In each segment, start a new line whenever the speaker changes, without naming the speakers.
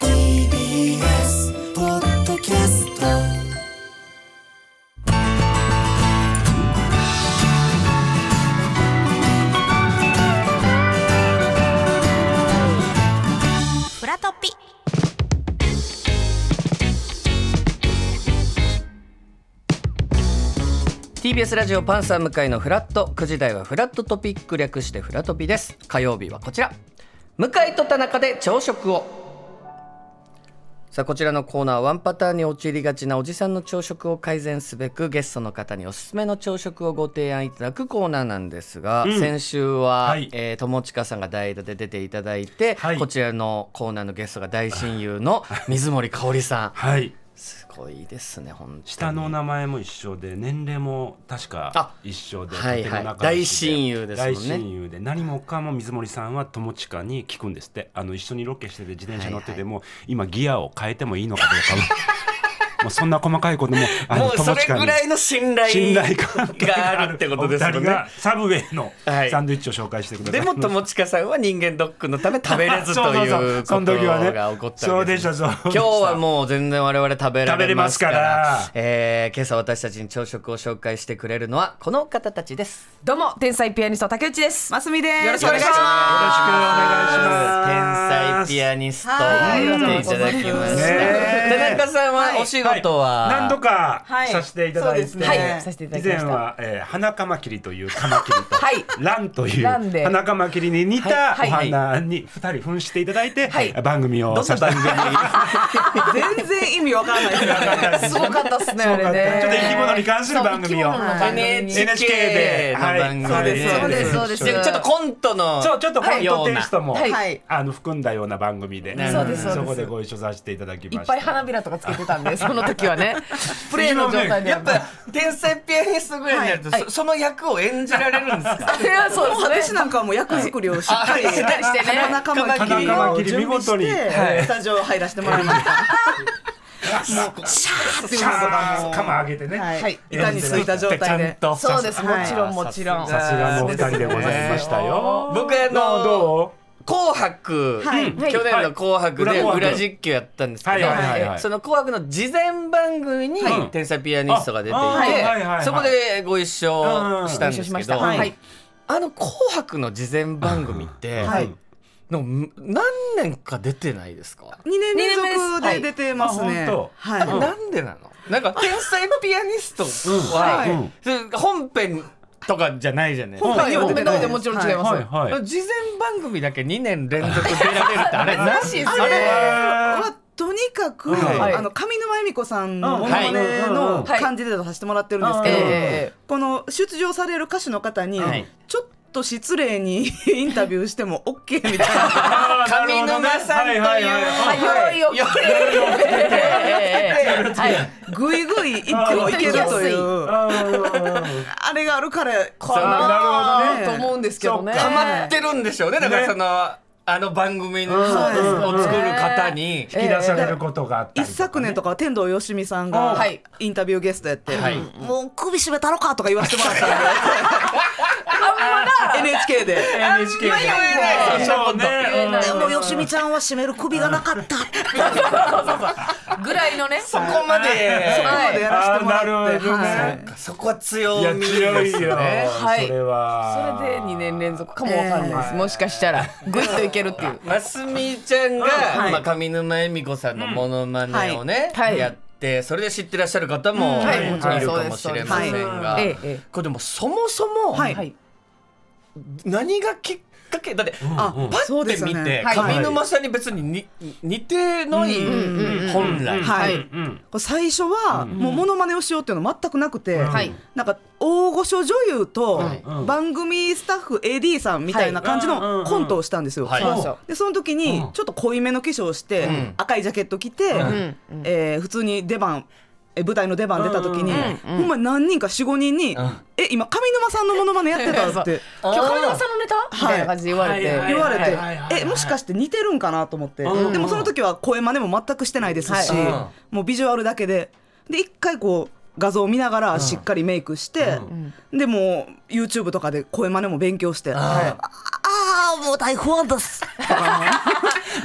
TBS ポッドキャストフラトピ
す TBS ラジオパンサー向かいのフラット9時台はフラットトピック略してフラトピです火曜日はこちら向井と田中で朝食をさあこちらのコーナーはワンパターンに陥りがちなおじさんの朝食を改善すべくゲストの方におすすめの朝食をご提案いただくコーナーなんですが、先週は、
はい
えー友近さんが代打で出ていただいて、
はい
こちらのコーナーのゲストが大親友の水森かおり さん
はい
すごいですね本当に
下の名前も一緒で年齢も確
あ
か一緒で
はいはい
とても仲良
大
し
親友ですもんね
大親友で何もかも水森さんは友近に聞くんですってあの一緒にロケしてて自転車乗ってても、今ギアを変えてもいいのかどうか ももうそんな細かいこともあの
もうそれぐらいの信頼
信頼関係
があるってことです
お
よ
二人
ね
が。サブウェイの
はい
サンドイッチを紹介してくださ
で
い
も友近さんは人間ドックのため食べれずと
そうそうそう
いうこ
そ
と
の時はね
が起こったわけですね
そうでしたそうでした
今日はもう全然我々食べられますから
食べれますから
えー今朝私たちに朝食を紹介してくれるのはこの方たちです
どうも天才ピアニスト竹内です。ますみです。よろしくお
よろ
願い
しく
し
お願いし
ま
ま
よろしくお願いします
す天才ピアニスト
はい
来ていただきました
ね
田中さんはお仕事は
何度か
はい
させていただいて、
す。はい、させていただ
以
きま
前
した。
は、えー、花カマキリというカマキリと、
はい
ランという
ランで
花カマキリに似たお
はいはい
花に二人扮していただいて、
はい
番組をさせていただいて
全然意味わからないです。すごかったっすね、あれね。
ちょっと生き物に関する番組を
そう生き物の番組
NHK で
の番組
そ
はい
うですそうですそうです
ちょっとコントの
そうちょっとコン
よ
ト
うな
テイストも、
はい
はいあの含んだような番組で
なるほど
そこでご一緒させていただきました
いっぱい花びらとかつけてたんで、その時はね。プレイの状態で。
やっぱ天才ピアニストぐらいになると、
はい
そその役を演じられるんですか
いやそうですね。
私なんかはもう役作りをしっかり
はいあしっかりしてね
花カマキリ
花カマキ
を
リ見
準備
事
し
に
てスタジオ入らせてもらいました。
シャーッカマ上げてね、
はい。板についた状態で。
そうです。も
はい
ちろんもちろん。
さすがのお二人でございましたよ
僕あ
どう
の
ど
紅白、
はい
去年の紅白
はい
で
裏紅白
裏実況やったんですけど、
はいはいはいはい
その紅白の事前番組に
はい
天才ピアニストが出ていて、
あはいはいはいはい
そこでご一緒した
うんうんうんご
んですけど、
一緒しましたはい
あの紅白の事前番組って、
はい。
の何年か出てないですか
二年連続で出てます
二
ね
年目です。
は
あ
い
れ。なんでなのなんか天才ピアニストは、
うんはい
それ本編とかじゃないじゃないです
今
か
回本目の方でもちろん違い
うん
ます。
はいはい
事前番組だけ2年連続出られるってあ れ
らしいですね
あれ
はとにかく、
はい
あの上沼恵美子さんのモノマネの感じで出させてもらってるんですけど、
はい
え
この出場される歌手の方に、
はい
ちょっと失礼にインタビューしても OK みたいな。
あーなるほ
上
どね
沼さんという
はいはいはい
はい、鎧を着て。はい。
ぐいぐい一票いけるという
あー
あれがあるから
か
な
な
るほどね
と思うんですけどね。
ハマってるんでしょうねだからその、あの番組のを作る方に、
引き出されることがあったり
一
とか
昨
ね
年とかは天童よしみさん
うん
が
はい
インタビューゲストやって、
はい
もう首絞めたろかとか言わせてもらったんで NHK で
NHK で
ないそんなこと
ねうん
でもよしみちゃんは絞める首がなかった
ぐらいのね。
そこまで、
までやらせてもらって、
あーなるほどね
はい
そこは強
いや
みです
強いよ、
ね
はい
それは
それで2年連続かもわかんないです。もしかしたらぐいっといけるっていう。
ますみちゃんが、
い
まあ、上沼恵美子さんのモノマネをね、
うんはい
やってそれで知ってらっしゃる方も、
うんはいい
る
もちろん
かもしれませ
そうですそう
んが、
ですはいええええ
これでもそもそも
はい
何がきっかけだって、あパ
そ
ッ
う
て
です
見
よ
て、
ね
はい
上沼さんに別にに似てない本来、
はい、
うん
これ最初はもうモノマネをしようっていうの全くなくて、
はい
なんか大御所女優と
はい
番組スタッフ AD さんみたいな感じ
はいうんうんう
の
ん
コントをしたんですよ。
はい
そうそう
でその時に
うん
ちょっと濃いめの化粧をして、
ん
赤いジャケット着て、えー普通に出番えー舞台の出番出た時に、ほんまに何人か45人に「
ん
え今上沼さんのモノマネやってた」って
今日上沼さんのネタみたいな感じで言われて、
言われて、
はいはいはいはい
えもしかして似てるんかなと思って、でもその時は声真似も全くしてないですし、
は
もうビジュアルだけでで一回こう画像を見ながらしっかりメイクして、でもう YouTube とかで声真似も勉強して、ああもう大不安です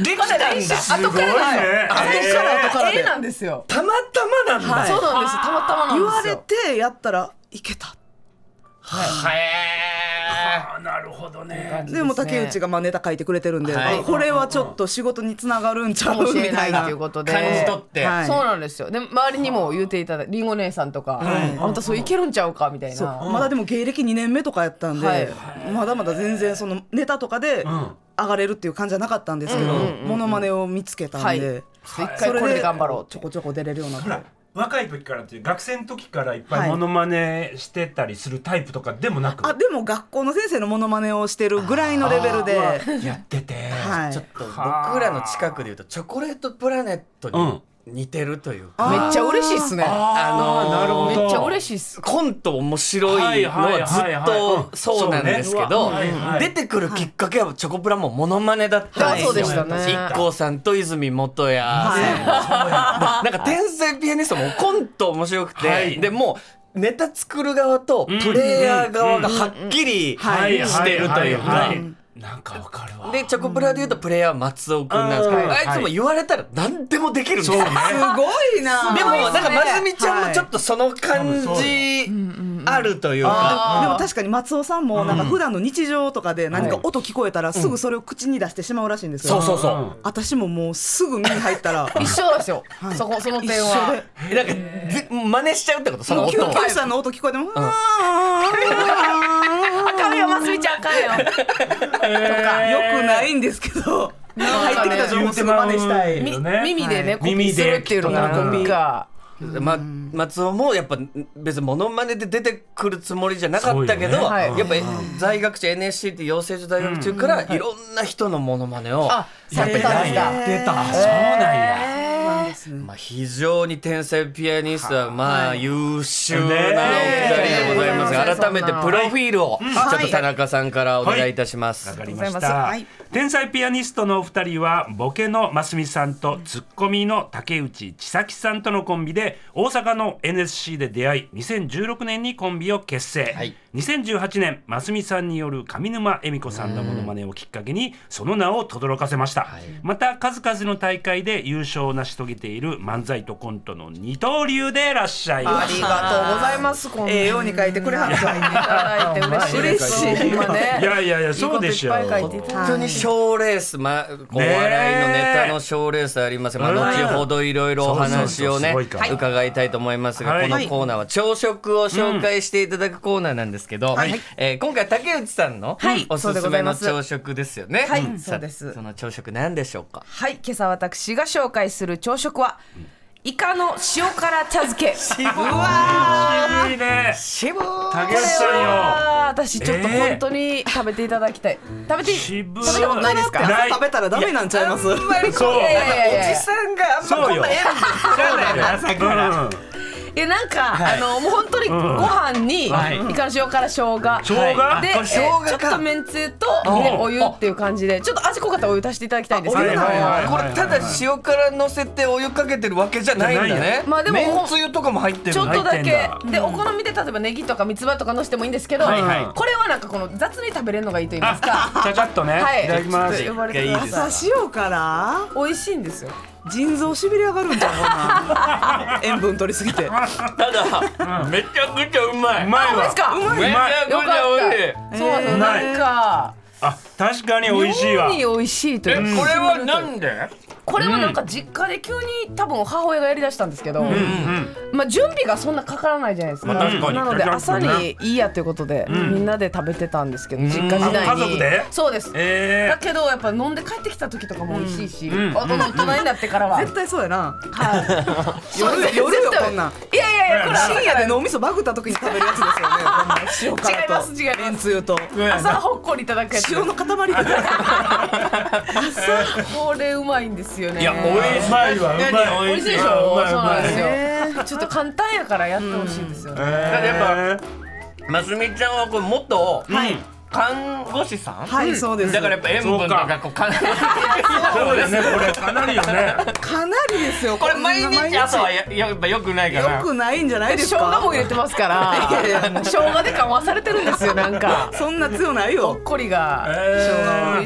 できたん
後から
だ
なんです
後から後から
え
で
えなんですよ、
たまたまなんだ、
そうなんですたまたまなんです
言
よ
われてやったらいけた
は
なるほどね
感じす
で
ね
も竹内がまあネタ書いてくれてるんで、
はい
これはちょっと仕事につながるんちゃ
かも
う
し
み
れ
た
ないい
な
ということ
え
で
感じ取って、
はい
そうなんですよで周りにも言っていただいてりんご姉さんとか、あんたそういけるんちゃうかみたい
そう
な
まだでも芸歴2年目とかやったんで、
はい
まだまだ全然そのネタとかで上がれるっていう感じじゃなかったんですけど、モノマネを見つけた
は
ん
い
で、
ちょっと一回これで頑張ろうって
ちょこちょこ出れるようになって
ほら若い時からっていう学生の時からいっぱ
はい
いモノマネしてたりするタイプとかでもなく、
あでも学校の先生のモノマネをしてるぐらいのレベルで、
やってて、
はい、
ちょっと僕らの近くでいうとチョコレートプラネットに似てるというか、
めっちゃ嬉しいっすね
あーなるほど
めっちゃ嬉しいっす
コント面白いのはずっとそうなんですけど
はいはいはいはい
出てくるきっかけはチョコプラもモノマネだったん
はい
ですよ
そうでしたね
IKKO さんと泉元彌、 なんか天才ピアニストもコント面白くて、
はい
でもうネタ作る側とプレイヤー側がはっきり
はい
してるという
は
か
は。いなんかわかるわ
でチョコプラでいうとプレイヤーは松尾くんなんですけど、
うん
あいつも言われたら何でもできるんですよ、
ごいな
でもなんかまずみちゃん
は
も
い
ちょっとその感じあるというか、
でも確かに松尾さんもなんか普段の日常とかで何か音聞こえたらすぐそれを口に出してしまうらしいんですよ、
そうそうそう。
私ももうすぐ目に入ったら
一緒なんですよ、そこその
一
点
緒
は
で。
えなんかぜ真似しちゃうってことその
もう救
音を。
急車の音聞こえても、あ
あかんよますみちゃんあかんよ
ーとかよくないんですけど入ってきた情報すぐ真似したい。
言うてまうよ
み耳
ね
でね
はい
コピーするっていうのが
耳で
コピーか
ま松尾もやっぱ別にモノマネで出てくるつもりじゃなかったけど、
そうよ
ね
やっぱ在学中 NSC って養成所在学中からいろんな人のモノマネをや
あ
っ
さ
ぱ
れ
り
てたんだ
やってた。
そうなんや
まあ非常に天才ピアニストはまあ優秀なお二人でございます
ねえ
が改めてプロフィールをちょっと田中さんからお願いいたします。
わか
は
りました、
はい
天才ピアニストのお二人はボケのますみさんとツッコミの竹内千咲さんとのコンビで大阪の NSC で出会い2016年にコンビを結成、
はい
2018年ますみさんによる上沼恵美子さんのモノマネをきっかけにその名を轟かせました、また数々の大会で優勝を成し遂げている漫才とコントの二刀流でいらっしゃいま
あ
す
りがとうございますこんな
ええように書いてくれはった
いただいて嬉しいです
嬉しい
ほんまね
いやいやいやそうでしょう
いいこといっぱい書いていただいて
本当に賞ーレース、ま、お笑いのネタの賞ーレースありますが、まあ
ねえ
後ほどいろいろお話をね
そうそうそうすごいから
伺いたいと思いますが、
は
こ
い
のコーナーは朝食を紹介していただくコーナーなんですけど、えー今回竹内さんの
はい
おす
そうですござ
め
い
の
ます
朝食ですよね。
はい
ん
そうです
さその朝食なんでしょうか。
はい今朝私が紹介する朝食はイカの塩辛茶漬けうわ
いいね
渋い
竹内さんよ
これは私ちょっと本当に食べていただきたい食べていい食
渋
べ
い
たことないですか
ない
食べたらダメなんちゃいます。
あんまりこう
そう
いやいやいやいや
んがあん
そうようん
いやなんか、あのもう本当にご飯に、
はい
イカの塩辛生姜
生姜
で、
あこれ
え
生姜か
ちょっとめんつゆとでお湯っていう感じでちょっと味濃かったらお湯足していただきたいんですけど、
はいはいはい
これただ塩辛乗せてお湯かけてるわけじゃないんだ
じゃない
ね
よ。
まあでも
めんつゆとかも入ってる。
ちょっとだ
入
け
って
でお好みで例えばネギとか三つ葉とかのしてもいいんですけど、
はいはい
これはなんかこの雑に食べれるのがいいと言いますか
あちゃちゃっとね、
はい
い、ただきます
ちょっと呼ばれてください
朝塩から
美味しいんですよ
腎臓しびれ上がるんじゃんこんなん。塩分取りすぎて。
た だ、めちゃくちゃうまい。
うまいわ
ですか
うまいう
めちゃくちゃ美味しい。
そうなんです
うまい
なんか
あ確かに美味しいわ
妙に美味しいと
え
い
こ
う
れ
か
はなんで
これはなんか実家で急に多分母親がやりだしたんですけど、
うん
まあ準備がそんなかからないじゃないですか,、
まあ確かに
なので朝にいいやということで、みんなで食べてたんですけど、実家時代に
あ家族で
そうです、
え
だけどやっぱ飲んで帰ってきた時とかも美味しいし、
んうん
あと大人になってからは、
絶対そうやな
はい、
夜よ夜よこんなん
いやいやいやこれ朝
深夜で脳みそバグった時に食べるやつですよねほんま塩辛と
違います違います
めんつゆと
朝ほっこりいただくやつ
塩の塊みたいな
これうまいんですよね
いや美味しいうまいわうまい
美味しいでしょ
うまいう
そうな
ま
んです
い
よ、ちょっと簡単やからやってほしいんですよね、
ただやっぱますみちゃんはこれ元
はい
看護師さん
はいそうです
だからやっぱ塩分とかこうか
そうですねこれかなりよね
かなりですよ
これ毎日朝はややっぱ良くないから
よくないんじゃな
で
いです
生
か
姜も入れてますから
いやいやもう
生姜で緩和されてるんですよなんか
そんな強ない
ほ
よ
っこりが
え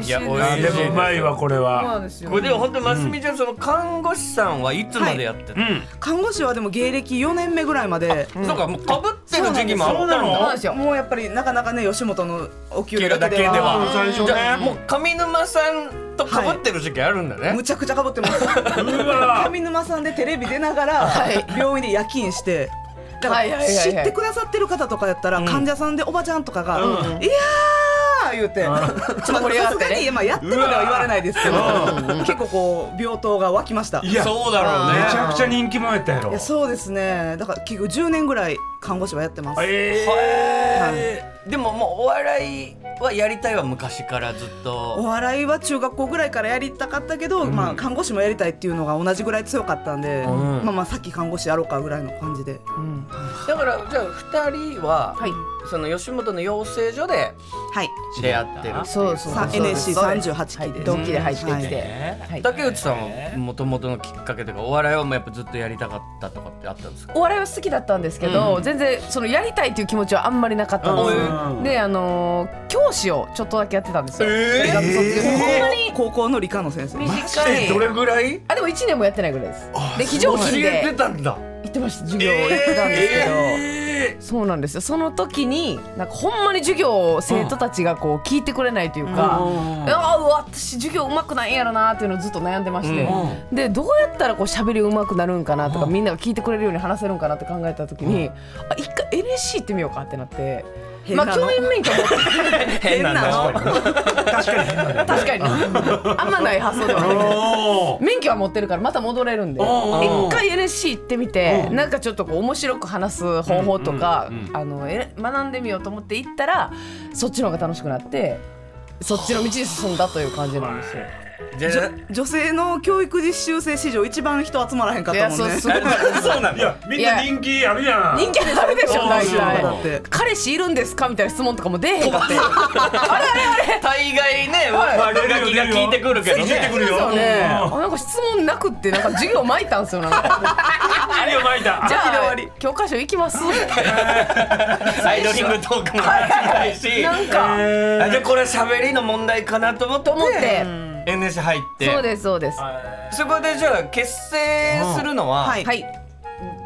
生
ー
姜
いや
美
美
味
味
しい
し
あ
ん
い
で
です
よ
もうまいわこれ
そうな
は
んですよ
これでも本当ますみちゃんその看護師さんはいつまでやってたの、
看護師はでも芸歴4年目ぐらいまで
そうかもうかぶってる時期もあった
そうんな
だ
の
そうなんですよ
もうやっぱりなかなかね吉本のお給
給
料
料
だ
だ
け
け
で
で
は
は
最初ね
じゃあもう上沼さんとかぶってる時期あるんだね、
むちゃくちゃかぶってます
うわ
上沼さんでテレビ出ながら、
はい
病院で夜勤してだか
はいはい
ら
はいは
知
い
ってくださってる方とかやったら、患者さんでおばちゃんとかが「いやー」言うて、ちょっと
盛り上が
さ
っ
す
て
が
ね
に、まあ、やってまでは言われないですけど結構こう病棟が湧きましたい
いや
そうだろうね
めちゃくちゃ人気もやったやろ
やそうですねだから結構10年ぐらい看護師はやってます、
え
でももうお笑いはやりたいは昔からずっ
お
と
笑いは中学校ぐらいからやりたかったけど、まあ、看護師もやりたいっていうのが同じぐらい強かったんで、
ん
まあ、まあさっき看護師やろうかぐらいの感じで
だからじゃあ2人は、
はい
その吉本の養成所で
はい
出会ってる
そうそう
さ
そう
NSC38 期
はい
です
同期で入ってきて、
はい
はい
竹内さんはもともとのきっかけとかお笑いはもうやっぱずっとやりたかったとかってあったんですか
お笑いは好きだったんですけど、全然そのやりたいという気持ちはあんまりなかったんですよ、
うん
であのー教師をちょっとだけやってたんですよ、
え
映画の卒業ほんまに
高校の理科の先生
短い
どれぐらい
あでも1年もやってないぐらいですで非常勤で
てたんだ
行ってました授業をやってたんですけど、
え
そうなんですよその時になんかほんまに授業を生徒たちがこう聞いてくれないというか、あうわ私授業うまくないんやろなっていうのをずっと悩んでまして、でどうやったらこう喋りうまくなるんかなとか、みんなが聞いてくれるように話せるんかなって考えた時に、あ一回 NSC 行ってみようかってなって。
変
ま
な
あ
の
教員免許持って
変なの
確かにあんまない発想ではない
おー
免許は持ってるからまた戻れるんで
お
一
う
回 NSC 行ってみてなんかちょっとこう面白く話す方法とかあのえ学んでみようと思って行ったらそっちの方が楽しくなってそっちの道に進んだという感じなんですよ。
じゃあ
女性の教育実習生史上一番人集まらへんかっ
い
た
や
もんね
そうすごい
そうなん
い
だ
やみんな人気あるやん
人気あるでしょ大
だ
体。
って
彼氏いるんですかみたいな質問とかも出えへんかってあれあれあれ
大概ね、まあ、ルガキが聞いてくるけどね。
聞いてくるよ
そうねあなんか質問なくってなんか授業巻いたんですよなんか
針を巻いた
じ
あ
ゃあ教科書行きます
アイドリングトークもありたいし。
なんか
あじゃあこれ喋りの問題かなと思って
思って、
NSC 入って
そうですそうですは
そこでじゃあ結成するのは
はい
い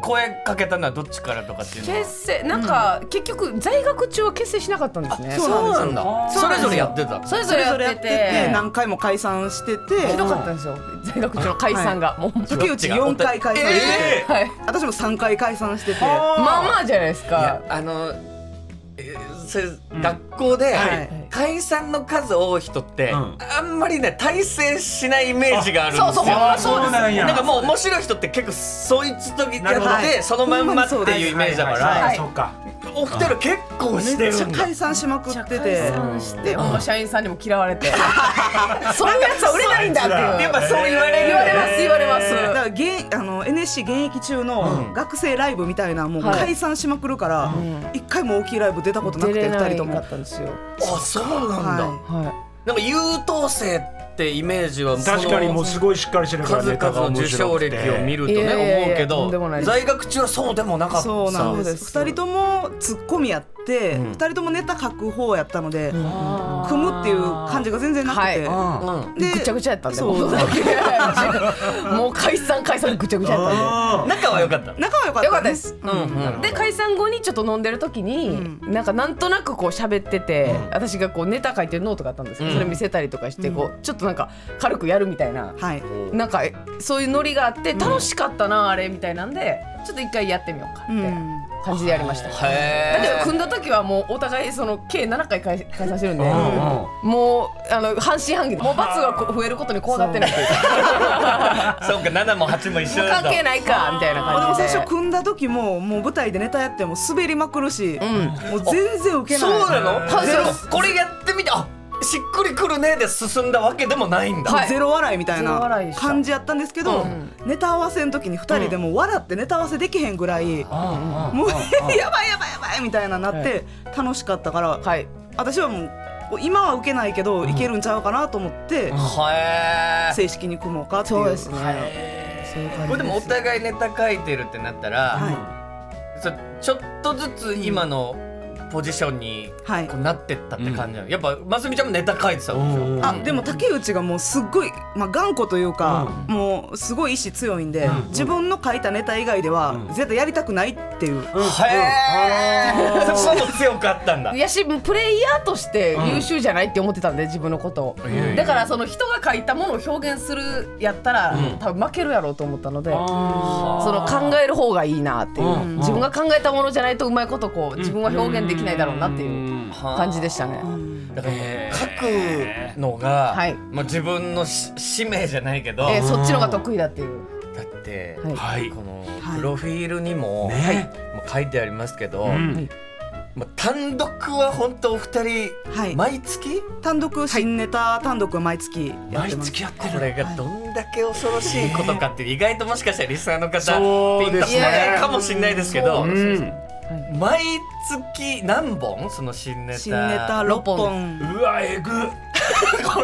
声かけたのはどっちからとかっていうのは
結成なんか、結局在学中は結成しなかったんですね
そうなんですよ
だ
そう
そ
なんですよ
れぞれやってた
それぞ
そ
れ
れ
や
ぞ
っ
れやってて
て
て何回も解散して
ひ
て
どかったんですよ在学中の解散が、もう
竹内4回解散してて
え
はい
私も3回解散してて
まあまあじゃないです
いや
か
あのえーそれ学校で
はい
解散の数多い人って
ん
あんまりね体制しないイメージがあるんです
そ
よ
うそうほんまそう
そうなんや
なんかもう面白い人って結構そいつと
なるほど
やってそのまんまっていうイメージだか
はいはい
ら
はいそうか
お二人結構して
めっ
る
ちゃ
んだ
解散しまくって
解
て
散してほんま社員さんにも嫌われてそういうやつは売れないんだってい
や
う
っぱそう言われる
言
よ
わ
ね
れます言われま
だか
す
ら現あの NSC 現役中の学生ライブみたいなもう
はい
解散しまくるから一回も大きいライブ出たことなく
出
て
れな
2人
い
とも
かったんですよ
あそうなんだ
は
は
なんか優等生ってイメージは
確かにもう
そ
すごいしっかりしてる
の
から
数
ネタが
々の
面
受賞
白くて
歴を見ると
いやいやい
ね
や
思うけ
とんでも
ど
ないです
在学中はそうでもなかった
そうなん
そう
で
です
す2人ともツッコミやっって、二人ともネタ書く方やったので、組むっていう感じが全然なくて、で
ぐちゃぐちゃやったんで
そう
もう だけもう解散解散でぐちゃぐちゃやったん
仲は良かったの
仲は良かった
でよかった
ね
です、で解散後にちょっと飲んでる時に、なんかなんとなくこう喋ってて、私がこうネタ書いてるノートがあったんですけど、それ見せたりとかしてこうちょっとなんか軽くやるみたいな、
はい
なんかえそういうノリがあって楽しかったな、あれみたいなんでちょっと一回やってみようかって感じでやりました、だけど組んだ時はもうお互いその計7回解解散してるんで、もうあの半信半疑もう罰がこう増えることにこうなってないというか
そうか7も8も一緒
もう
なんだ
関係ないかみたいな
まあでも
感じ
最
で
初組んだ時ももう舞台でネタやっても滑りまくるし、もう全然ウケない
そうなの
はい
ゼロこれやってみてあしっくりくるねで進んだわけでもないんだ、
はい
ゼロ笑いみたい
ゼロ笑いで
な
した
感じやったんですけど、ネタ合わせの時に2人でもう笑ってネタ合わせできへんぐらい、もうやばいやばいやばいみたいななって楽しかったから、
はい
私はもうこう今は受けないけど、いけるんちゃうかなと思って、
はえ
正式に組もうかっていう
そうですね、そういう感
こ
じ
れでもお互いネタ書いてるってなったら、
は
そちょっとずつ今のポジションに
はい
こうなってったって感じなの、やっぱますみちゃんもネタ書いてたわけでしょ、
あでも竹内がもうすっごい、まあ、頑固というか、もうすごい意志強いんで、自分の書いたネタ以外では絶対やりたくないっていう、
へえ、そこも強かったんだ
いやしプレイヤーとして優秀じゃないって思ってたんで、自分のことを、だからその人が書いたものを表現するやったら、多分負けるやろうと思ったのでその考える方がいいなっていう、自分が考えたものじゃないとうまいことこう自分は表現できないだろうなっていう感じでしたね、
だから書くのが、
はい
まあ、自分のし使命じゃないけど、
えーそっちのが得意だっていう
だって、
はい
はい
このプロフィールにも、
ね
まあ、書いてありますけど、
ん
まあ、単独は本当お二人、
はい
毎月
単独新ネタ単独毎月やってます、
やって
これがどんだけ恐ろしいことかって、意外ともしかしたらリスナーの方
そう
ピンと
で
こ
すね
ないかもしれないですけど、
うん
毎月何本その新ネタ
新ネタ6本
うわえぐ
本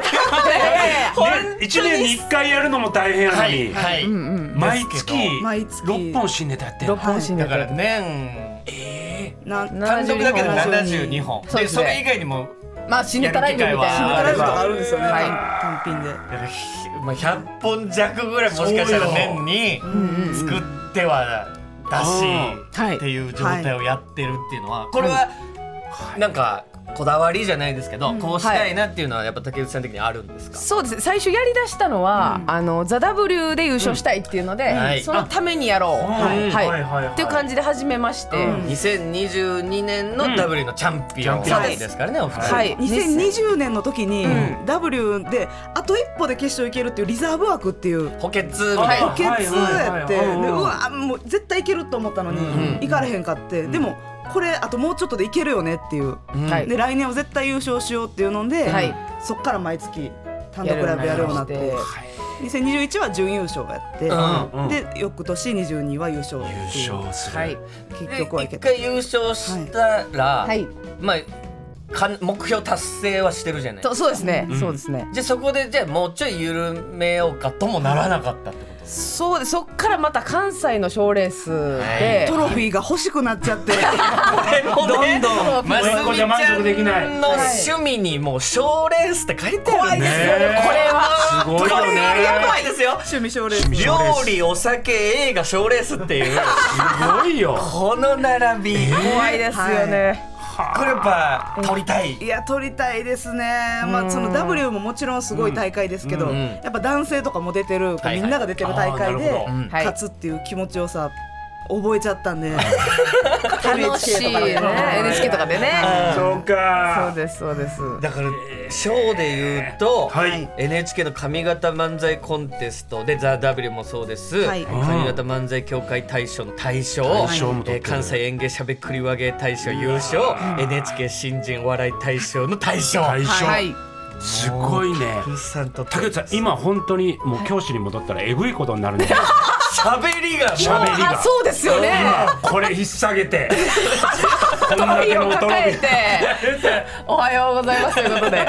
当
ね一年に一回やるのも大変やの
はい
に
はい、
毎
です
月
けど
毎月
6本新ネタやってんの
六本新ネ
だ
タ
から年
な
単独だけで
72本
72本
そう
で
です
そ
ね
れ以外にも
まあ新ネタライブみたい
やる機会は
ライブと
な
かあるんですよね、
はい
単品で
だからひまあ100本弱ぐらいもしかしたら年に作ってはだ
は
し
い
っていう状態をやってるっていうのはこれはなんかこだわりじゃないですけどこうしたいなっていうのはやっぱ竹内さん的にあるんですか
そうですね最初やりだしたのは「あのザ・ w で優勝したいっていうので、
はい
そのためにやろう、はい
はいはいはいはい
っていう感じで始めまして、
2022年の W のチャンピオン
チャン
ピオン
ですからねお二人
はい
2020年の時に W であと一歩で決勝いけるっていうリザーブ枠っていう
補欠みたい
あ
な
は
補欠やって
は
で
いはいはいうは
わもう絶対いけると思ったのに行かれへんかってでもこれあともうちょっとでいけるよねっていう
はい
で来年は絶対優勝しようっていうので
はい
そっから毎月単独ライブやるようになって
やるようにな
2021は準優勝やって
うん
うん
で翌年22は優勝っていう
優勝する、
はい
結
で
局はいけ
一
た
回優勝したら
はい
まあかん目標達成はしてるじゃない
とそうですね、そうですね
じゃあそこでじゃあもうちょい緩めようかともならなかったってこと
そうでそっからまた関西の賞ーレースで、
トロフィーが欲しくなっちゃって。
どんどんマ
もう一個じゃ満足できない
の趣味にもう賞レースって書いてあるんですよ、
ね
これは
すごいよね
これはやばいですよ
趣味奨励
料理お酒映画賞レースっていう
すごいよ
この並び
怖いですよね、
これやっぱ取りたい
いや取りたいですね、まあ、その W ももちろんすごい大会ですけど、
うん
やっぱ男性とかも出てる、こう
はいはい
みんなが出てる大会
あーなる
で
ほど
うん
はい
勝つっていう気持ちよさ覚えちゃったんで
楽しい
NHK とか
ね
で
NHK とかで ね
そう
そう
か
ですそうです
だから賞で言うと、
はい
NHK の上方漫才コンテストで「ザ・ w もそうです、
はい
上方漫才協会大賞の大賞
大賞も取
え
っ
ー
てる
関西演芸しゃべくり和芸大賞優勝 NHK 新人お笑い大賞の大賞
大賞、
はい
すごいね
福さんと
竹内さん今本当にもう教師に戻ったらえぐいことに なるね
しゃべりが
喋りが
あそうですよね
これ引っ提げて
トイを抱えて
て
おはようございますという ことで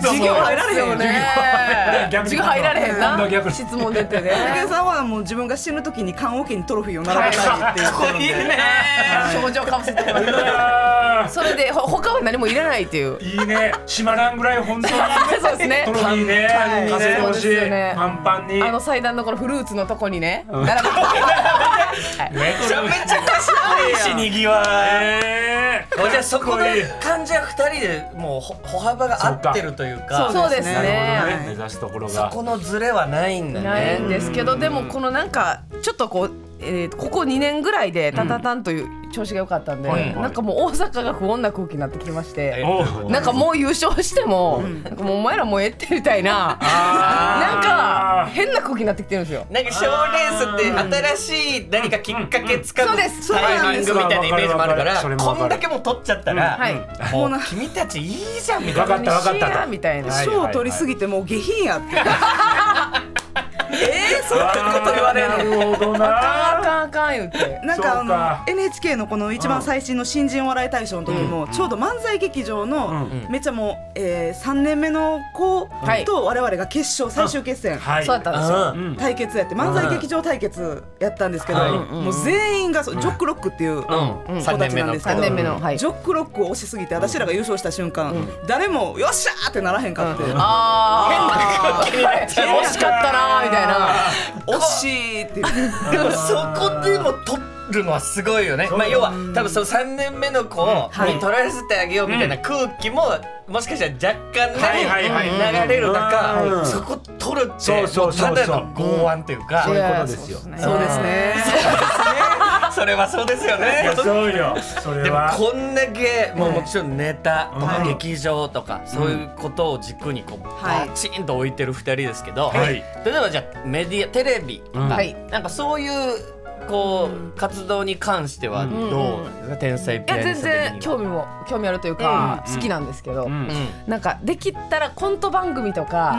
授業入られへんよね
逆に
授業入られへん
今度は逆
な
に
質問出てね
武井さんはもう自分が死ぬ時に棺桶にトロフィーを並べたいっていうことなんで
症状かぶせてもらって
あ
それでほ他は何もいらないっていう
ーいいね閉まらんぐらい本当に
そうですね
トロフィーね
パンパンにね
稼いでほし
そうです
い
よね
パンパンに
あの祭壇のこのフルーツのとこにね並べて
めちゃめちゃ
しにぎわい
えー
じゃあそこの
かっいい
感じは二人でもうほ歩幅が合ってるというか
そうです
なるほ
ね
どね目指すところ
そ
が
このズレはないんだね
ないんですけどでもこのなんかちょっとこう、えーここ2年ぐらいでタタタンという調子が良かったんで、
はい
なんかもう大阪が不穏な空気になってきまして。
おう
なんかもう優勝しても、なんかもうお前らもうええってみたいな、なんか変な空気になってきてるんですよ。
なんか賞レースって新しい何かきっかけつかむ
そうです
タイミングみたいなイメージもあるか
それ
ら
もわ
こ
かる
んだけもう取っちゃったら
はい
もう君たちいいじゃんみた
分
いな
かった分かっ
西
た
や
と
みたいな。
はい
賞を取りすぎてもう下品やって
えーそんなこと言われるの
るほど
あかんあ
な
かんあかん言って。
なんかあ
そうか
の NHK のこの一番最新の新人お笑い大賞の時もちょうど漫才劇場のめっちゃもうえ3年目の子
い
と我々が決勝最終決戦
はい
そうだ ったんですよ。
うん
対決やって漫才劇場対決やったんですけど
はい
もう全員がそうジョックロックっていう
うん
子たちなんですけ
3
ど
年目のはい。
ジョックロックを推しすぎて私らが優勝した瞬間誰も「よっしゃ!」ってならへんかって「
ああ変な空気になっちゃう惜しかったなーみたいな。
惜しい!」っていう
でもそこでも取るのはすごいよね。まあ要は多分その3年目の子に取らせてあげようみたいな空気ももしかしたら若干
はいはいは
ね
い
流れる
うん
中そこ取るって
そう
も
そう
う
そ
た
う
だ
そう
の剛腕というか
そういうこと
ですよ
そうですね
それはそうですよ
い
ね
や。そうよそれ
でも
は
こんだけもうもちろんネタとか
はい
劇場とかそういうことを軸にこう
はい
バチンと置いてる2人ですけど
はい
例えばじゃあメディアテレビとか
うん
はい。い
なんかそういうこう活動に関してはどうなんですか天才ピア
や
ニ
全
スト的には
然興味も興味あるというか好きなんですけど。
うん
なんかできたらコント番組とか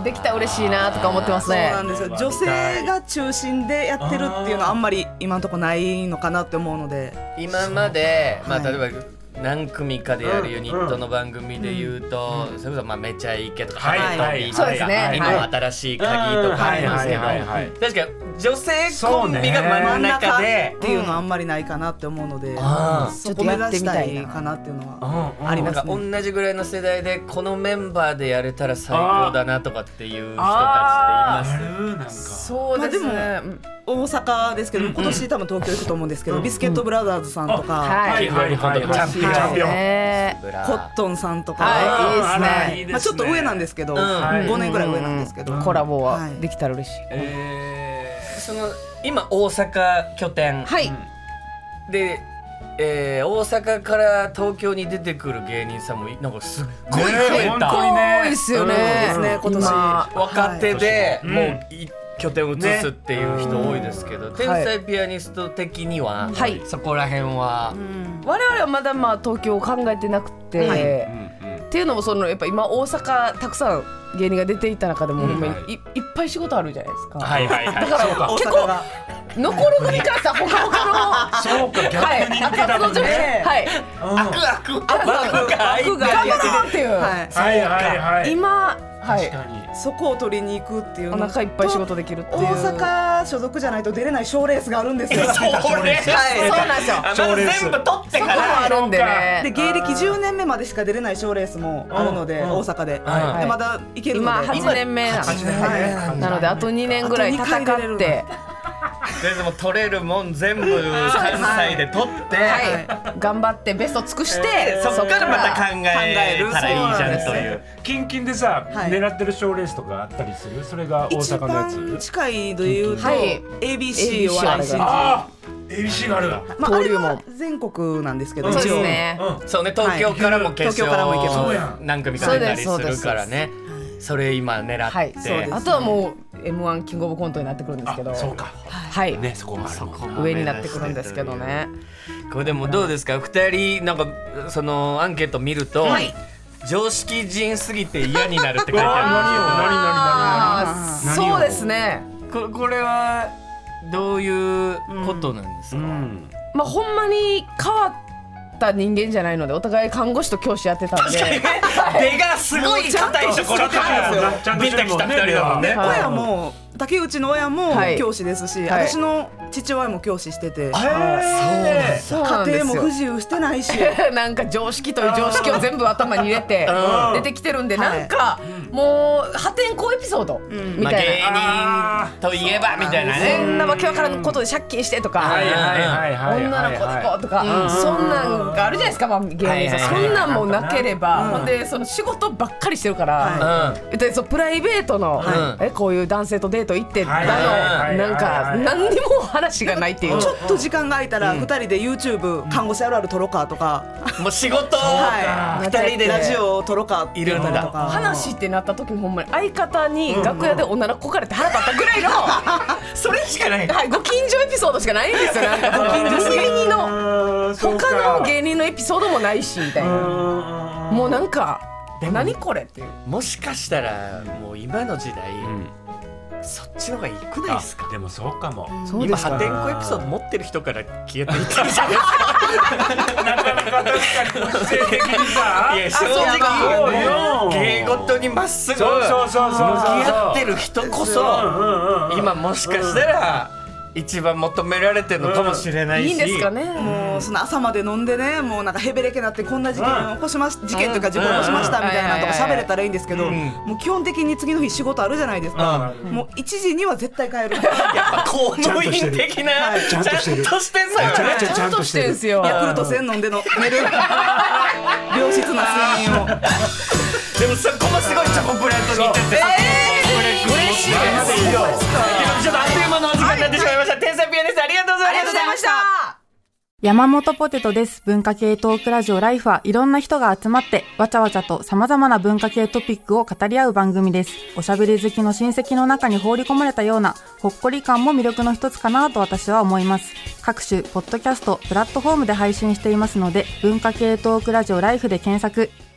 う
できたら嬉しいなとか思ってます
そう
ね
なんですよ女性が中心でやってるっていうのはあんまり今のとこないのかなって思うので
今までまあ
はい
例えば何組かでやるユニットの番組で言うとそれこそまあめちゃイケとか
はい
ハ
は
イ
い
トピ
そ
ーと
うですね
か
はい
今は新しい鍵とかありますけ
う
ど
んはいはいはいはい
確かに女性コンビが真
真
ん
ん中
中
っ
で
ていうのはあんまりないかなって思うので、
あ
そこ目指したいかなっていうのは
うん
ありま
なん
す
か
ね。
同じぐらいの世代でこのメンバーでやれたら最高だなとかっていう人たちっています
うんなんか
そうです
まあ
ね
大阪ですけど、今年多分東京行くと思うんですけど、ビスケットブラザーズさんとか、
は
はいいはいはいはい
チャンピオン
チャンピオン
ね
ブラ
コットンさんとか、
はい
あら
いいですね
です
まあちょっと上なんですけど、五
はい
5年ぐらい上なんですけど、
コラボは
はい
できたら嬉しい
えーその今大阪拠点
はい
で、えー大阪から東京に出てくる芸人さんもなんかすっごい増え
ね
た、
本当にね
多いですよね
ですね今年
今
若手で
うん
もうい拠点を移すっていう人多いですけど、天才ピアニスト的には、
はい
そこら辺は、
我々はまだまあ東京を考えてなくて、
はい
っていうのもそのやっぱ今大阪たくさん芸人が出ていた中でも、ほんまにいいっぱい仕事あるじゃないですか、
はいはいはい
だから
大
結
阪
構
が
残る組からさほかほかの
そうか逆に人気だもんね
はい
あくあく
あの枠が頑張ろうっていう、
はい
はいはいはい
今
確
は
かに
そこを取りに行くっていう
いお
のと
腹いっぱい仕事できるっていう
大阪所属じゃないと出れない賞レースがあるんですよ
そうなんですよ
あまず全部取って
そこ
か
も
ら
あるんで
で
ね
芸歴10年目までしか出れない賞レースもあるので、大阪で、
い
でまだ行けるの
今
で
8年目なんですね
はい
なのであと2年ぐらい戦
あと二回出れ
っ
る
て
ででも取れるもん全部関西で取って、
はい頑張ってベスト尽くして
そこからまた考えたらいいじゃんという。
近々でさ
はい
狙ってる賞レースとかあったりするそれが大
一
阪のや
番
つ
近いというと、
はい
ABC お笑い新人、
ああ ABC があるわ
まあ、あ
登
れ
竜門
は全国なんですけど
そうで
一
す
応
ね
そうね東京からも決
東京からも行ける
そうや
勝
ん
何組か出たりするからねそれ今狙
はい
っ
そうで
て
すあとはもう m 1キングオブコントになってくるんですけど
そうか
はい
ねそこもあるもん
上になってくるんですけどね
これでもどうですか二人なんかそのアンケート見ると常識人すぎて嫌になるって書いて
あ
あ
あ
あー
何を
そうですね
るんです けどここれはどういうことなんですか
何々何々
まあほんまに変わった人間じゃないのでお互い看護師と教師やってたんで
出がすごい硬いでしょこの時
ゃちゃんと
ビ
して
タ
る
き
も
た
ん
二
ね
人だもんね
出は
親も竹内の親も
はい
教師ですし、
はい
私の父親も教師してて、
そうなんで
家庭
へ
す
も
よ
不自由してないし
なんか常識という常識を全部頭に入れて出てきてるんで
はい
なんかもう破天荒エピソードみ
まあ
たいな。
芸人といえばみたいな
そん
ね
なわけわからんことで借金してとか、
はいはい
はいはい
女の子でこうとか、そんなんがあるじゃないですか、まあ、芸人さん、
はいはいはい
そんなんもなければ、ほんでその仕事ばっかりしてるから、でそうプライベートの、えこういう男性とデート行ってだの、
はいはいはい
なん
は
か
い
何にも話がないっていう。
ちょっと時間が空いたら二人で YouTube 看護師あるある撮ろうかとか、
もう仕事を
は
二人で
ラジオを撮ろうかっていうのと
いろいろ
か
話ってなった時にほんまに相方に楽屋で女の子からって腹立ったぐらいの、
それしかない
はい、ご近所エピソードしかないんですよなんか ご近所芸人の他の芸人のエピソードもないしみたいなもうなんか何これっていう
もしかしたらもう今の時代、そっちの方がいくないですか
でもそうかも
今破天荒エピソード持ってる人から消えていってるじゃないですか
なかなか確かに個性的にさ
いや正
そうね
直芸事にまっすぐ
そうそうそうそうそう
向き合ってる人こそ今もしかしたら一番求められてるのかもしれないし
いいんですかね
もうその朝まで飲んでねもうなんかヘベレケなってこんな事件を起こしまし事件というか事故を起こしましたみたいなのとか
うん
喋れたらいいんですけど、もう基本的に次の日仕事あるじゃないですか、もう1時には絶対帰 る
やっぱ公務員的なちゃんとしてんのよね
ちゃんとしてるんですよ
ヤクルト1000飲んでの 寝る良質な睡眠を
でもそこもすごいチョコプラと似てて嬉しいですでもちょっとあっという間のお時間になってしまいました天才ピアニストありがとうございました
山本ポテトです。文化系トークラジオライフはいろんな人が集まってわちゃわちゃと様々な文化系トピックを語り合う番組です。おしゃべり好きの親戚の中に放り込まれたようなほっこり感も魅力の一つかなと私は思います。各種、ポッドキャスト、プラットフォームで配信していますので文化系トークラジオライフで検索。